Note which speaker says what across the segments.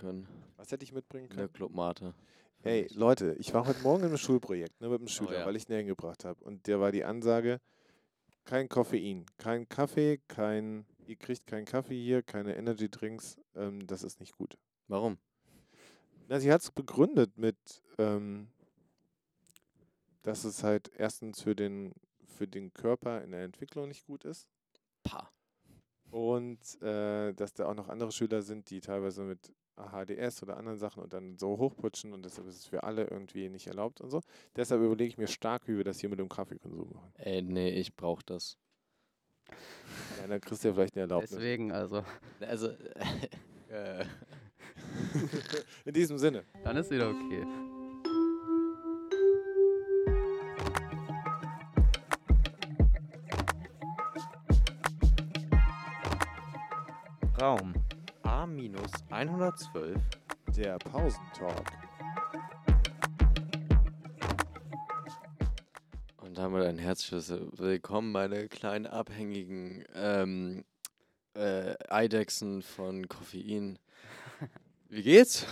Speaker 1: können.
Speaker 2: Was hätte ich mitbringen
Speaker 1: In der
Speaker 2: können?
Speaker 1: Clubmate.
Speaker 2: Ne, Hey, Leute, ich war heute Morgen in einem Schulprojekt ne, mit einem Schüler,
Speaker 1: ja.
Speaker 2: weil ich ihn hingebracht habe. Und der war die Ansage: kein Koffein, kein Kaffee, kein. Ihr kriegt keinen Kaffee hier, keine Energy Drinks. Ähm, das ist nicht gut.
Speaker 1: Warum?
Speaker 2: Na, sie hat es begründet mit, ähm, dass es halt erstens für den, für den Körper in der Entwicklung nicht gut ist.
Speaker 1: Pa.
Speaker 2: Und äh, dass da auch noch andere Schüler sind, die teilweise mit ADHS oder anderen Sachen und dann so hochputschen und deshalb ist es für alle irgendwie nicht erlaubt und so. Deshalb überlege ich mir stark, wie wir das hier mit dem Kaffeekonsum machen.
Speaker 1: Ey, nee, ich brauch das.
Speaker 2: Ja, dann kriegst du ja vielleicht eine Erlaubnis.
Speaker 3: Deswegen also.
Speaker 1: Also, äh,
Speaker 2: In diesem Sinne.
Speaker 3: Dann ist wieder okay.
Speaker 4: Raum A-112.
Speaker 2: Der Pausentalk.
Speaker 1: und damit ein herzliches Willkommen, meine kleinen abhängigen ähm, äh, Eidechsen von Koffein. Wie geht's?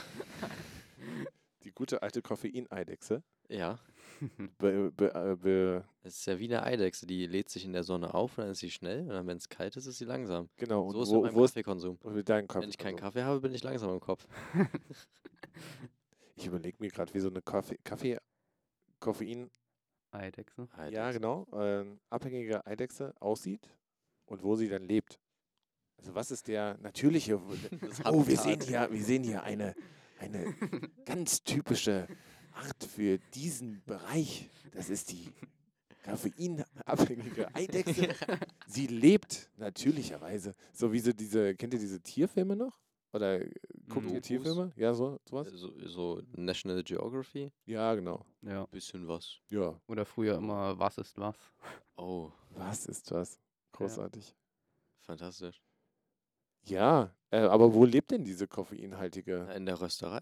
Speaker 2: Die gute alte Koffeineidechse
Speaker 1: Ja,
Speaker 2: be, be, äh, be,
Speaker 1: es ist ja wie eine Eidechse, die lädt sich in der Sonne auf und dann ist sie schnell und dann, wenn es kalt ist, ist sie langsam.
Speaker 2: Genau, und
Speaker 1: So ist Also- es mit
Speaker 2: wo,
Speaker 1: meinem
Speaker 2: wo ist
Speaker 1: Kaffeekonsum.
Speaker 2: und mit deinem Kaffee?
Speaker 1: Wenn ich keinen Kaffee habe, bin ich langsam im Kopf.
Speaker 2: Ich überlege mir gerade, wie so eine Kaffee, Kaffee Koffein,
Speaker 3: Eidechsen.
Speaker 2: ja
Speaker 1: Eidechse.
Speaker 2: genau, ähm, abhängige Eidechse aussieht und wo sie dann lebt. Also was ist der natürliche?
Speaker 1: Das
Speaker 2: oh, wir
Speaker 1: Habitat.
Speaker 2: sehen hier, wir sehen hier eine, eine ganz typische Art für diesen Bereich. Das ist die koffeinabhängige Eidechse. Sie lebt natürlicherweise. So wie so diese, kennt ihr diese Tierfilme noch? Oder äh, guckt ihr
Speaker 1: Dokus?
Speaker 2: Tierfilme? Ja, so, sowas?
Speaker 1: So, so National Geography,
Speaker 2: Ja, genau.
Speaker 3: Ja.
Speaker 1: bisschen was.
Speaker 2: Ja,
Speaker 3: Oder früher immer, was ist was?
Speaker 1: Oh,
Speaker 2: Was ist das? Großartig.
Speaker 1: fantastisch.
Speaker 2: Ja, äh, aber wo lebt denn diese koffeinhaltige?
Speaker 1: In der Rösterei?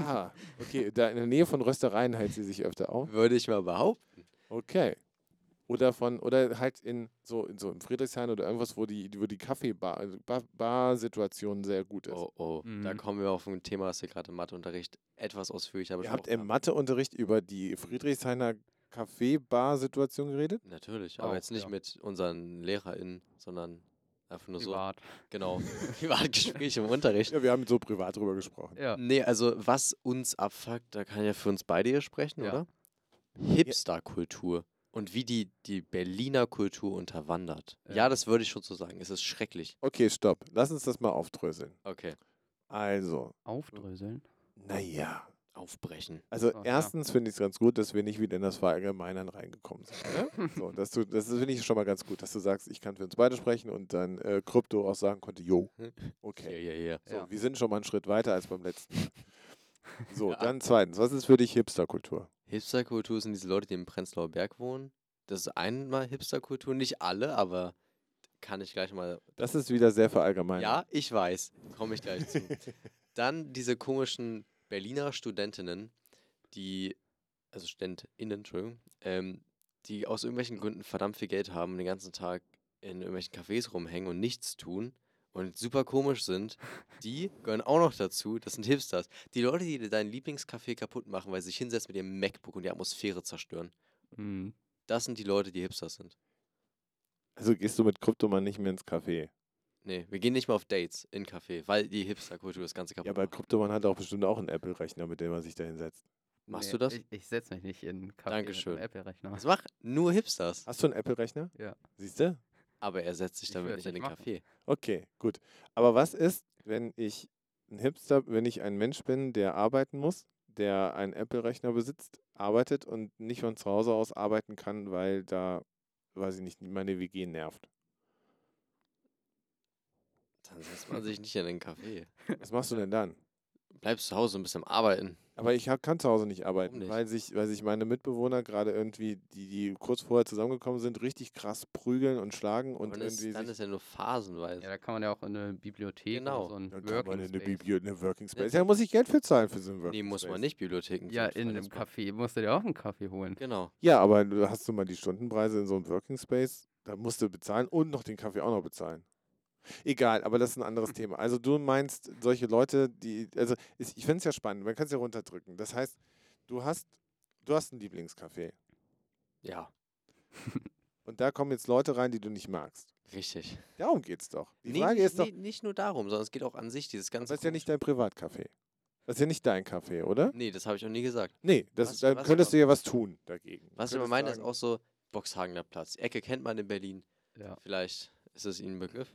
Speaker 2: Ah, okay, da in der Nähe von Röstereien hält sie sich öfter auf.
Speaker 1: Oh. Würde ich mal behaupten.
Speaker 2: Okay. Oder von oder halt in so in so im Friedrichshain oder irgendwas, wo die wo die Kaffeebar also Bar, Bar-Situation sehr gut ist.
Speaker 1: Oh, oh, da
Speaker 3: Mhm.
Speaker 1: kommen wir auf ein Thema, das wir gerade im Matheunterricht etwas ausführlicher
Speaker 2: Ihr
Speaker 1: besprochen
Speaker 2: habt im Matheunterricht über die Friedrichshainer Kaffeebar-Situation geredet?
Speaker 1: Natürlich, aber
Speaker 3: Auch,
Speaker 1: jetzt nicht
Speaker 3: ja.
Speaker 1: mit unseren LehrerInnen, sondern einfach nur
Speaker 3: Privat.
Speaker 1: so. Genau, Privatgespräche im Unterricht.
Speaker 2: Ja, wir haben so privat drüber gesprochen.
Speaker 3: Ja.
Speaker 1: Nee, also was uns abfuckt, da kann ich ja für uns beide hier sprechen,
Speaker 3: Ja.
Speaker 1: oder? Hipster-Kultur und wie die, die Berliner Kultur unterwandert. Ja.
Speaker 3: Ja.
Speaker 1: das würde ich schon so sagen. Es ist schrecklich.
Speaker 2: Okay, stopp. Lass uns das mal aufdröseln.
Speaker 1: Okay.
Speaker 2: Also,
Speaker 3: Aufdröseln.
Speaker 2: naja.
Speaker 1: Aufbrechen.
Speaker 2: Also
Speaker 3: So, ja.
Speaker 2: erstens finde ich es ganz gut, dass wir nicht wieder in das Verallgemeinern reingekommen sind. Ne? so, dass du, das finde ich schon mal ganz gut, dass du sagst, ich kann für uns beide sprechen und dann äh, Krypto auch sagen konnte, jo, okay.
Speaker 1: Hm. Ja, ja, ja.
Speaker 2: So,
Speaker 3: Ja.
Speaker 2: wir sind schon mal einen Schritt weiter als beim letzten Mal. So,
Speaker 1: Ja.
Speaker 2: dann zweitens, was ist für dich Hipsterkultur?
Speaker 1: Hipsterkultur sind diese Leute, die im Prenzlauer Berg wohnen. Das ist einmal Hipsterkultur, nicht alle, aber kann ich gleich mal.
Speaker 2: Das ist wieder sehr verallgemeinert.
Speaker 1: Ja, ich weiß, komme ich gleich zu. Dann diese komischen Berliner Studentinnen, die, also StudentInnen, Entschuldigung, ähm, die aus irgendwelchen Gründen verdammt viel Geld haben und den ganzen Tag in irgendwelchen Cafés rumhängen und nichts tun und super komisch sind, die gehören auch noch dazu, das sind Hipsters. Die Leute, die dir deinen Lieblingscafé kaputt machen, weil sie sich hinsetzen mit ihrem MacBook und die Atmosphäre zerstören.
Speaker 3: Mhm.
Speaker 1: Das sind die Leute, die Hipsters sind.
Speaker 2: Also gehst du mit Krypto mal nicht mehr ins Café.
Speaker 1: Nee, wir gehen nicht mehr auf Dates in Café, weil die Hipsterkultur das Ganze kaputt
Speaker 2: Ja, aber
Speaker 1: macht.
Speaker 2: Kryptoman hat auch bestimmt auch einen Apple-Rechner, mit dem er sich da hinsetzt.
Speaker 1: Machst
Speaker 3: Nee,
Speaker 1: du das?
Speaker 3: Ich, ich setze mich nicht in Kaffee
Speaker 1: Dankeschön.
Speaker 3: mit einem Apple-Rechner.
Speaker 1: Das macht nur Hipsters.
Speaker 2: Hast du einen Apple-Rechner?
Speaker 3: Ja.
Speaker 2: Siehst du?
Speaker 1: Aber er setzt sich
Speaker 3: Ich
Speaker 1: damit
Speaker 3: würd's
Speaker 1: nicht in den
Speaker 3: nicht machen.
Speaker 1: Kaffee.
Speaker 2: Okay, gut. Aber was ist, wenn ich ein Hipster, wenn ich ein Mensch bin, der arbeiten muss, der einen Apple-Rechner besitzt, arbeitet und nicht von zu Hause aus arbeiten kann, weil da, weiß ich nicht, meine WG nervt.
Speaker 1: Dann setzt man sich nicht in den Kaffee.
Speaker 2: Was machst du denn dann?
Speaker 1: Bleibst zu Hause und bist am Arbeiten.
Speaker 2: Aber ich hab, kann zu Hause nicht arbeiten,
Speaker 1: nicht?
Speaker 2: Weil, sich, weil sich meine Mitbewohner gerade irgendwie, die, die kurz vorher zusammengekommen sind, richtig krass prügeln und schlagen und
Speaker 1: Und ist,
Speaker 2: irgendwie
Speaker 1: dann
Speaker 2: sich,
Speaker 1: ist ja nur phasenweise.
Speaker 3: Ja, da kann man ja auch in eine Bibliothek
Speaker 1: Genau.
Speaker 3: oder so ein
Speaker 2: dann kann man in eine,
Speaker 3: Working Space.
Speaker 2: Bibliothek, eine Working Space. Ja, muss ich Geld für zahlen für so einen Working
Speaker 1: Ne? nee, muss man
Speaker 2: Space.
Speaker 1: nicht Bibliotheken.
Speaker 3: Ja,
Speaker 1: sind
Speaker 3: in einem
Speaker 1: verletzbar.
Speaker 3: Kaffee musst du dir auch einen Kaffee holen.
Speaker 1: Genau.
Speaker 2: Ja, aber du- hast du mal die Stundenpreise in so einem Working Space? Da musst du bezahlen und noch den Kaffee auch noch bezahlen. Egal, aber das ist ein anderes Thema. Also du meinst solche Leute, die, also ist, ich finde es ja spannend, man kann es ja runterdrücken. Das heißt, du hast, du hast einen Lieblingscafé
Speaker 1: Ja,
Speaker 2: und da kommen jetzt Leute rein, die du nicht magst.
Speaker 1: richtig.
Speaker 2: Darum geht's doch. Die
Speaker 1: Nee,
Speaker 2: Frage
Speaker 1: nicht,
Speaker 2: ist doch,
Speaker 1: nee, nicht nur darum, sondern es geht auch an sich, dieses ganze.
Speaker 2: das ist ja nicht dein Privatcafé. Das ist ja nicht dein Café, oder?
Speaker 1: Nee, das habe ich auch nie gesagt.
Speaker 2: Nee, das,
Speaker 1: Was-
Speaker 2: dann
Speaker 1: was
Speaker 2: könntest
Speaker 1: aber-
Speaker 2: du ja was tun dagegen. Du
Speaker 1: Was ich aber
Speaker 2: könntest
Speaker 1: meine, ist
Speaker 2: sagen,
Speaker 1: auch so Boxhagener Platz. Die Ecke kennt man in Berlin.
Speaker 3: Ja.
Speaker 1: Vielleicht ist es Ihnen ein Begriff.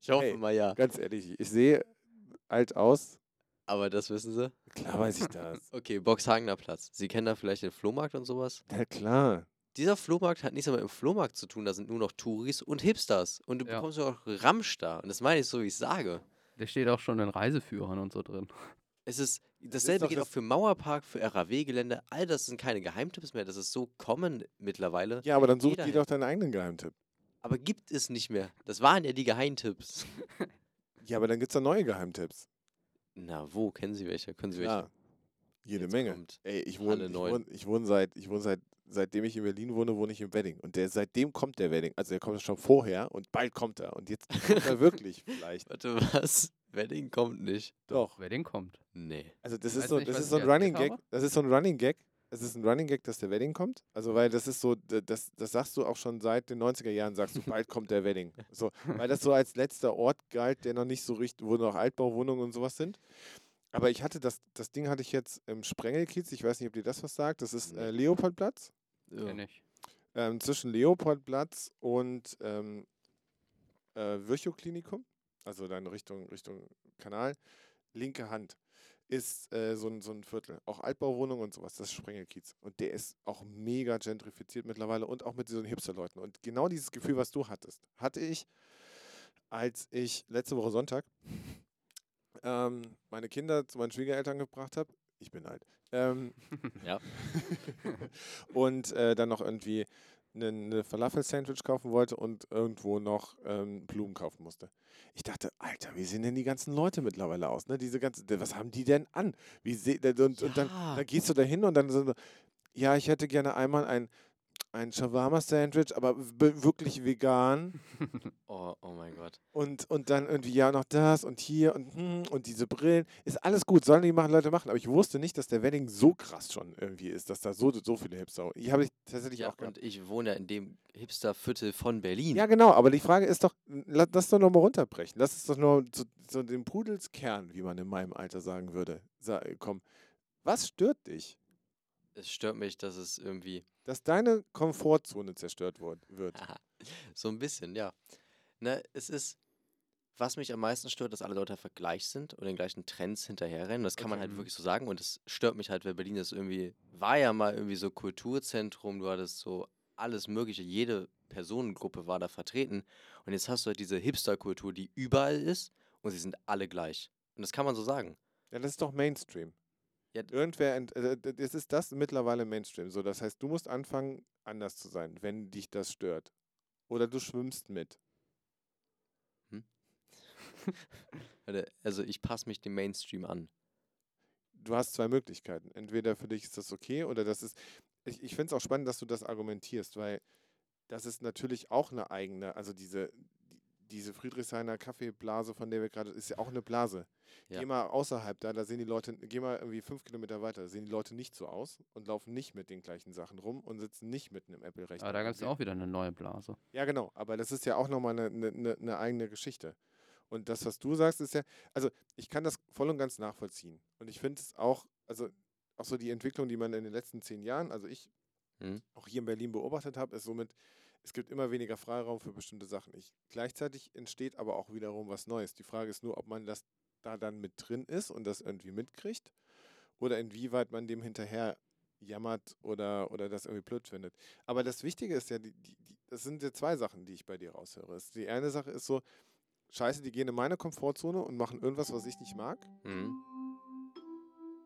Speaker 1: ich hoffe
Speaker 2: Hey.
Speaker 1: mal ja.
Speaker 2: Ganz ehrlich, ich sehe alt aus.
Speaker 1: Aber das wissen Sie.
Speaker 2: Klar weiß ich das.
Speaker 1: Okay, Boxhagener Platz. Sie kennen da vielleicht den Flohmarkt und sowas.
Speaker 2: Na klar.
Speaker 1: Dieser Flohmarkt hat nichts mehr mit dem Flohmarkt zu tun. Da sind nur noch Touris und Hipsters. Und du
Speaker 3: Ja.
Speaker 1: bekommst ja auch Ramsch da. Und das meine ich so, wie ich sage.
Speaker 3: Da steht auch schon in Reiseführern und so drin.
Speaker 1: Es ist, dasselbe
Speaker 2: doch
Speaker 1: gilt
Speaker 2: das-
Speaker 1: auch für Mauerpark, für RAW-Gelände. All das sind keine Geheimtipps mehr. Das ist so common mittlerweile.
Speaker 2: Ja, aber dann such
Speaker 1: Jeder
Speaker 2: dir doch deinen eigenen Geheimtipp.
Speaker 1: Aber gibt es nicht mehr. Das waren ja die Geheimtipps.
Speaker 2: Ja, aber dann gibt es da neue Geheimtipps.
Speaker 1: Na, wo? Kennen Sie welche? Können Sie welche?
Speaker 2: Ja. Jede
Speaker 1: Jetzt
Speaker 2: Menge.
Speaker 1: kommt
Speaker 2: Ey, ich wohne,
Speaker 1: Halle
Speaker 2: ich,
Speaker 1: neun.
Speaker 2: wohne, ich wohne seit, ich wohne seit, seitdem ich in Berlin wohne, wohne ich im Wedding. Und der, seitdem kommt der Wedding. Also der kommt schon vorher und bald kommt er. Und jetzt kommt er wirklich vielleicht.
Speaker 1: Warte, was? Wedding kommt nicht.
Speaker 2: Doch.
Speaker 3: Wer den kommt.
Speaker 1: Nee.
Speaker 2: Also das
Speaker 3: Weiß
Speaker 2: ist so,
Speaker 3: nicht,
Speaker 2: das
Speaker 3: was
Speaker 2: ist so
Speaker 3: ich
Speaker 2: ein Running
Speaker 3: erzählt
Speaker 2: Gag.
Speaker 3: habe.
Speaker 2: Das ist so ein Running Gag. Es ist ein Running Gag, dass der Wedding kommt. Also weil das ist so, d- das, das sagst du auch schon seit den 90er Jahren, sagst du, bald kommt der Wedding. So, weil das so als letzter Ort galt, der noch nicht so richtig, wo noch Altbauwohnungen und sowas sind. Aber ich hatte das, das Ding hatte ich jetzt im Sprengelkiez, ich weiß nicht, ob dir das was sagt. Das ist
Speaker 1: Nee.
Speaker 2: äh, Leopoldplatz.
Speaker 1: Ja.
Speaker 3: Kenn ich.
Speaker 2: ähm, zwischen Leopoldplatz und ähm, äh, Virchow-Klinikum, also dann Richtung, Richtung Kanal, linke Hand, ist äh, so, ein, so ein Viertel. Auch Altbauwohnungen und sowas, das ist Sprengelkiez. Und der ist auch mega gentrifiziert mittlerweile und auch mit diesen Hipster-Leuten. Und genau dieses Gefühl, was du hattest, hatte ich, als ich letzte Woche Sonntag ähm, meine Kinder zu meinen Schwiegereltern gebracht habe. Ich bin alt. Ähm,
Speaker 1: Ja.
Speaker 2: und äh, dann noch irgendwie eine, eine Falafel-Sandwich kaufen wollte und irgendwo noch ähm, Blumen kaufen musste. Ich dachte, Alter, wie sehen denn die ganzen Leute mittlerweile aus? Ne? Diese ganze, was haben die denn an? Wie se und, und dann,
Speaker 1: Ja.
Speaker 2: dann gehst du da hin und dann so, ja, ich hätte gerne einmal ein, ein Shawarma-Sandwich, aber w- wirklich vegan.
Speaker 1: Oh, oh mein Gott.
Speaker 2: Und, und dann irgendwie, ja, noch das und hier und, hm, und diese Brillen. Ist alles gut, sollen die machen, Leute machen. Aber ich wusste nicht, dass der Wedding so krass schon irgendwie ist, dass da so, so viele Hipster. Ich habe ich tatsächlich
Speaker 1: Ja,
Speaker 2: auch gehabt.
Speaker 1: und ich wohne ja in dem Hipsterviertel von Berlin.
Speaker 2: Ja, genau, aber die Frage ist doch, la- lass doch nochmal runterbrechen. Lass es doch nur zu, zu dem Pudelskern, wie man in meinem Alter sagen würde, sa kommen. Was stört dich,
Speaker 1: Es stört mich, dass es irgendwie
Speaker 2: dass deine Komfortzone zerstört wor- wird?
Speaker 1: so ein bisschen, ja. Ne, es ist, was mich am meisten stört, dass alle Leute einfach gleich sind und den gleichen Trends hinterherrennen. Das kann man
Speaker 3: Okay.
Speaker 1: halt
Speaker 3: Mhm.
Speaker 1: wirklich so sagen. Und es stört mich halt, weil Berlin ist irgendwie, war ja mal irgendwie so Kulturzentrum, du hattest so alles Mögliche, jede Personengruppe war da vertreten. Und jetzt hast du halt diese Hipster-Kultur, die überall ist und sie sind alle gleich. Und das kann man so sagen.
Speaker 2: Ja, das ist doch Mainstream.
Speaker 1: Ja, d-
Speaker 2: Irgendwer, ent- äh, d- es ist das mittlerweile Mainstream. So, das heißt, du musst anfangen, anders zu sein, wenn dich das stört. Oder du schwimmst mit.
Speaker 1: Warte, Also ich passe mich dem Mainstream an.
Speaker 2: du hast zwei Möglichkeiten. Entweder für dich ist das okay oder das ist. Ich, ich finde es auch spannend, dass du das argumentierst, weil das ist natürlich auch eine eigene, also diese, die- diese Friedrichshainer Kaffeeblase, von der wir gerade, ist ja auch eine Blase.
Speaker 1: Ja.
Speaker 2: Geh mal außerhalb da, da sehen die Leute, geh mal irgendwie fünf Kilometer weiter, sehen die Leute nicht so aus und laufen nicht mit den gleichen Sachen rum und sitzen nicht mit einem Apple-Rechner.
Speaker 3: Aber da
Speaker 2: am
Speaker 3: gab es
Speaker 2: Computer.
Speaker 3: auch wieder eine neue Blase.
Speaker 2: Ja, genau, aber das ist ja auch nochmal eine, eine, eine eigene Geschichte. Und das, was du sagst, ist ja, also ich kann das voll und ganz nachvollziehen. Und ich finde es auch, also auch so die Entwicklung, die man in den letzten zehn Jahren, also ich
Speaker 1: Mhm.
Speaker 2: auch hier in Berlin beobachtet habe, ist somit, es gibt immer weniger Freiraum für bestimmte Sachen. Ich, gleichzeitig entsteht aber auch wiederum was Neues. Die Frage ist nur, ob man das da dann mit drin ist und das irgendwie mitkriegt oder inwieweit man dem hinterher jammert oder, oder das irgendwie blöd findet. Aber das Wichtige ist ja, die, die, die, das sind ja zwei Sachen, die ich bei dir raushöre. Es- Die eine Sache ist so, scheiße, die gehen in meine Komfortzone und machen irgendwas, was ich nicht mag.
Speaker 1: Mhm.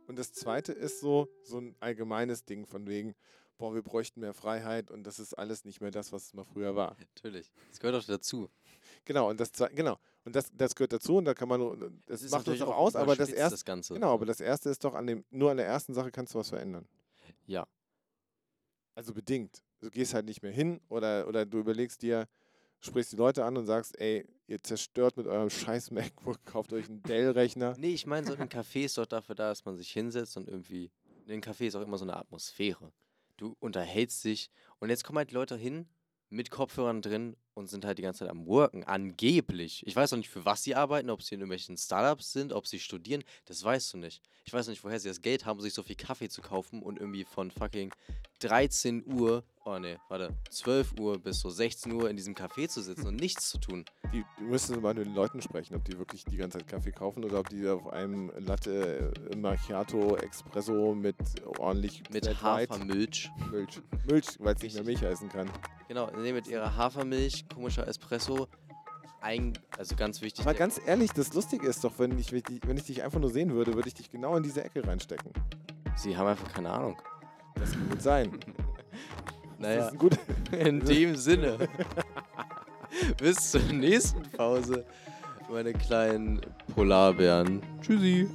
Speaker 2: Und das zweite ist so, so ein allgemeines Ding von wegen, boah, wir bräuchten mehr Freiheit und das ist alles nicht mehr das, was es mal früher war.
Speaker 1: Natürlich. Das gehört doch dazu.
Speaker 2: Genau, und das zwei, genau. Und das, das gehört dazu und da kann man, nur- das
Speaker 1: Es ist
Speaker 2: macht uns
Speaker 1: natürlich
Speaker 2: auch aus, aber das
Speaker 1: überspitzt,
Speaker 2: erste,
Speaker 1: das Ganze.
Speaker 2: genau, aber das erste ist doch an dem, nur an der ersten Sache kannst du was verändern.
Speaker 1: Ja.
Speaker 2: Also bedingt. Du gehst halt nicht mehr hin oder, oder du überlegst dir, sprichst die Leute an und sagst, ey, ihr zerstört mit eurem scheiß MacBook, kauft euch einen Dell-Rechner.
Speaker 1: Nee, ich meine, so ein Café ist doch dafür da, dass man sich hinsetzt und irgendwie. In einem Café ist auch immer so eine Atmosphäre. Du unterhältst dich und jetzt kommen halt Leute hin mit Kopfhörern drin und sind halt die ganze Zeit am Worken, angeblich. Ich weiß auch nicht, für was sie arbeiten, ob sie in irgendwelchen Startups sind, ob sie studieren, das weißt du nicht. Ich weiß nicht, woher sie das Geld haben, um sich so viel Kaffee zu kaufen und irgendwie von fucking 13 Uhr, oh nee, warte, 12 Uhr bis so 16 Uhr in diesem Café zu sitzen und nichts zu tun.
Speaker 2: Die, du müsstest mal mit den Leuten sprechen, ob die wirklich die ganze Zeit Kaffee kaufen oder ob die auf einem Latte äh, Macchiato Espresso mit ordentlich
Speaker 1: Mit
Speaker 2: Flat White-
Speaker 1: Hafermilch.
Speaker 2: Milch. Milch, weil es nicht mehr Milch heißen kann.
Speaker 1: Genau, nee, mit ihrer Hafermilch, komischer Espresso. Ein, also ganz wichtig.
Speaker 2: Aber
Speaker 1: der-
Speaker 2: ganz ehrlich, das Lustige ist doch, wenn ich, wenn ich- wenn ich dich einfach nur sehen würde, würde ich dich genau in diese Ecke reinstecken.
Speaker 1: sie haben einfach keine Ahnung.
Speaker 2: Das kann gut sein. Das
Speaker 1: Naja,
Speaker 2: ist ein gut.
Speaker 1: in dem Sinne. Bis zur nächsten Pause, meine kleinen Polarbären.
Speaker 3: Tschüssi.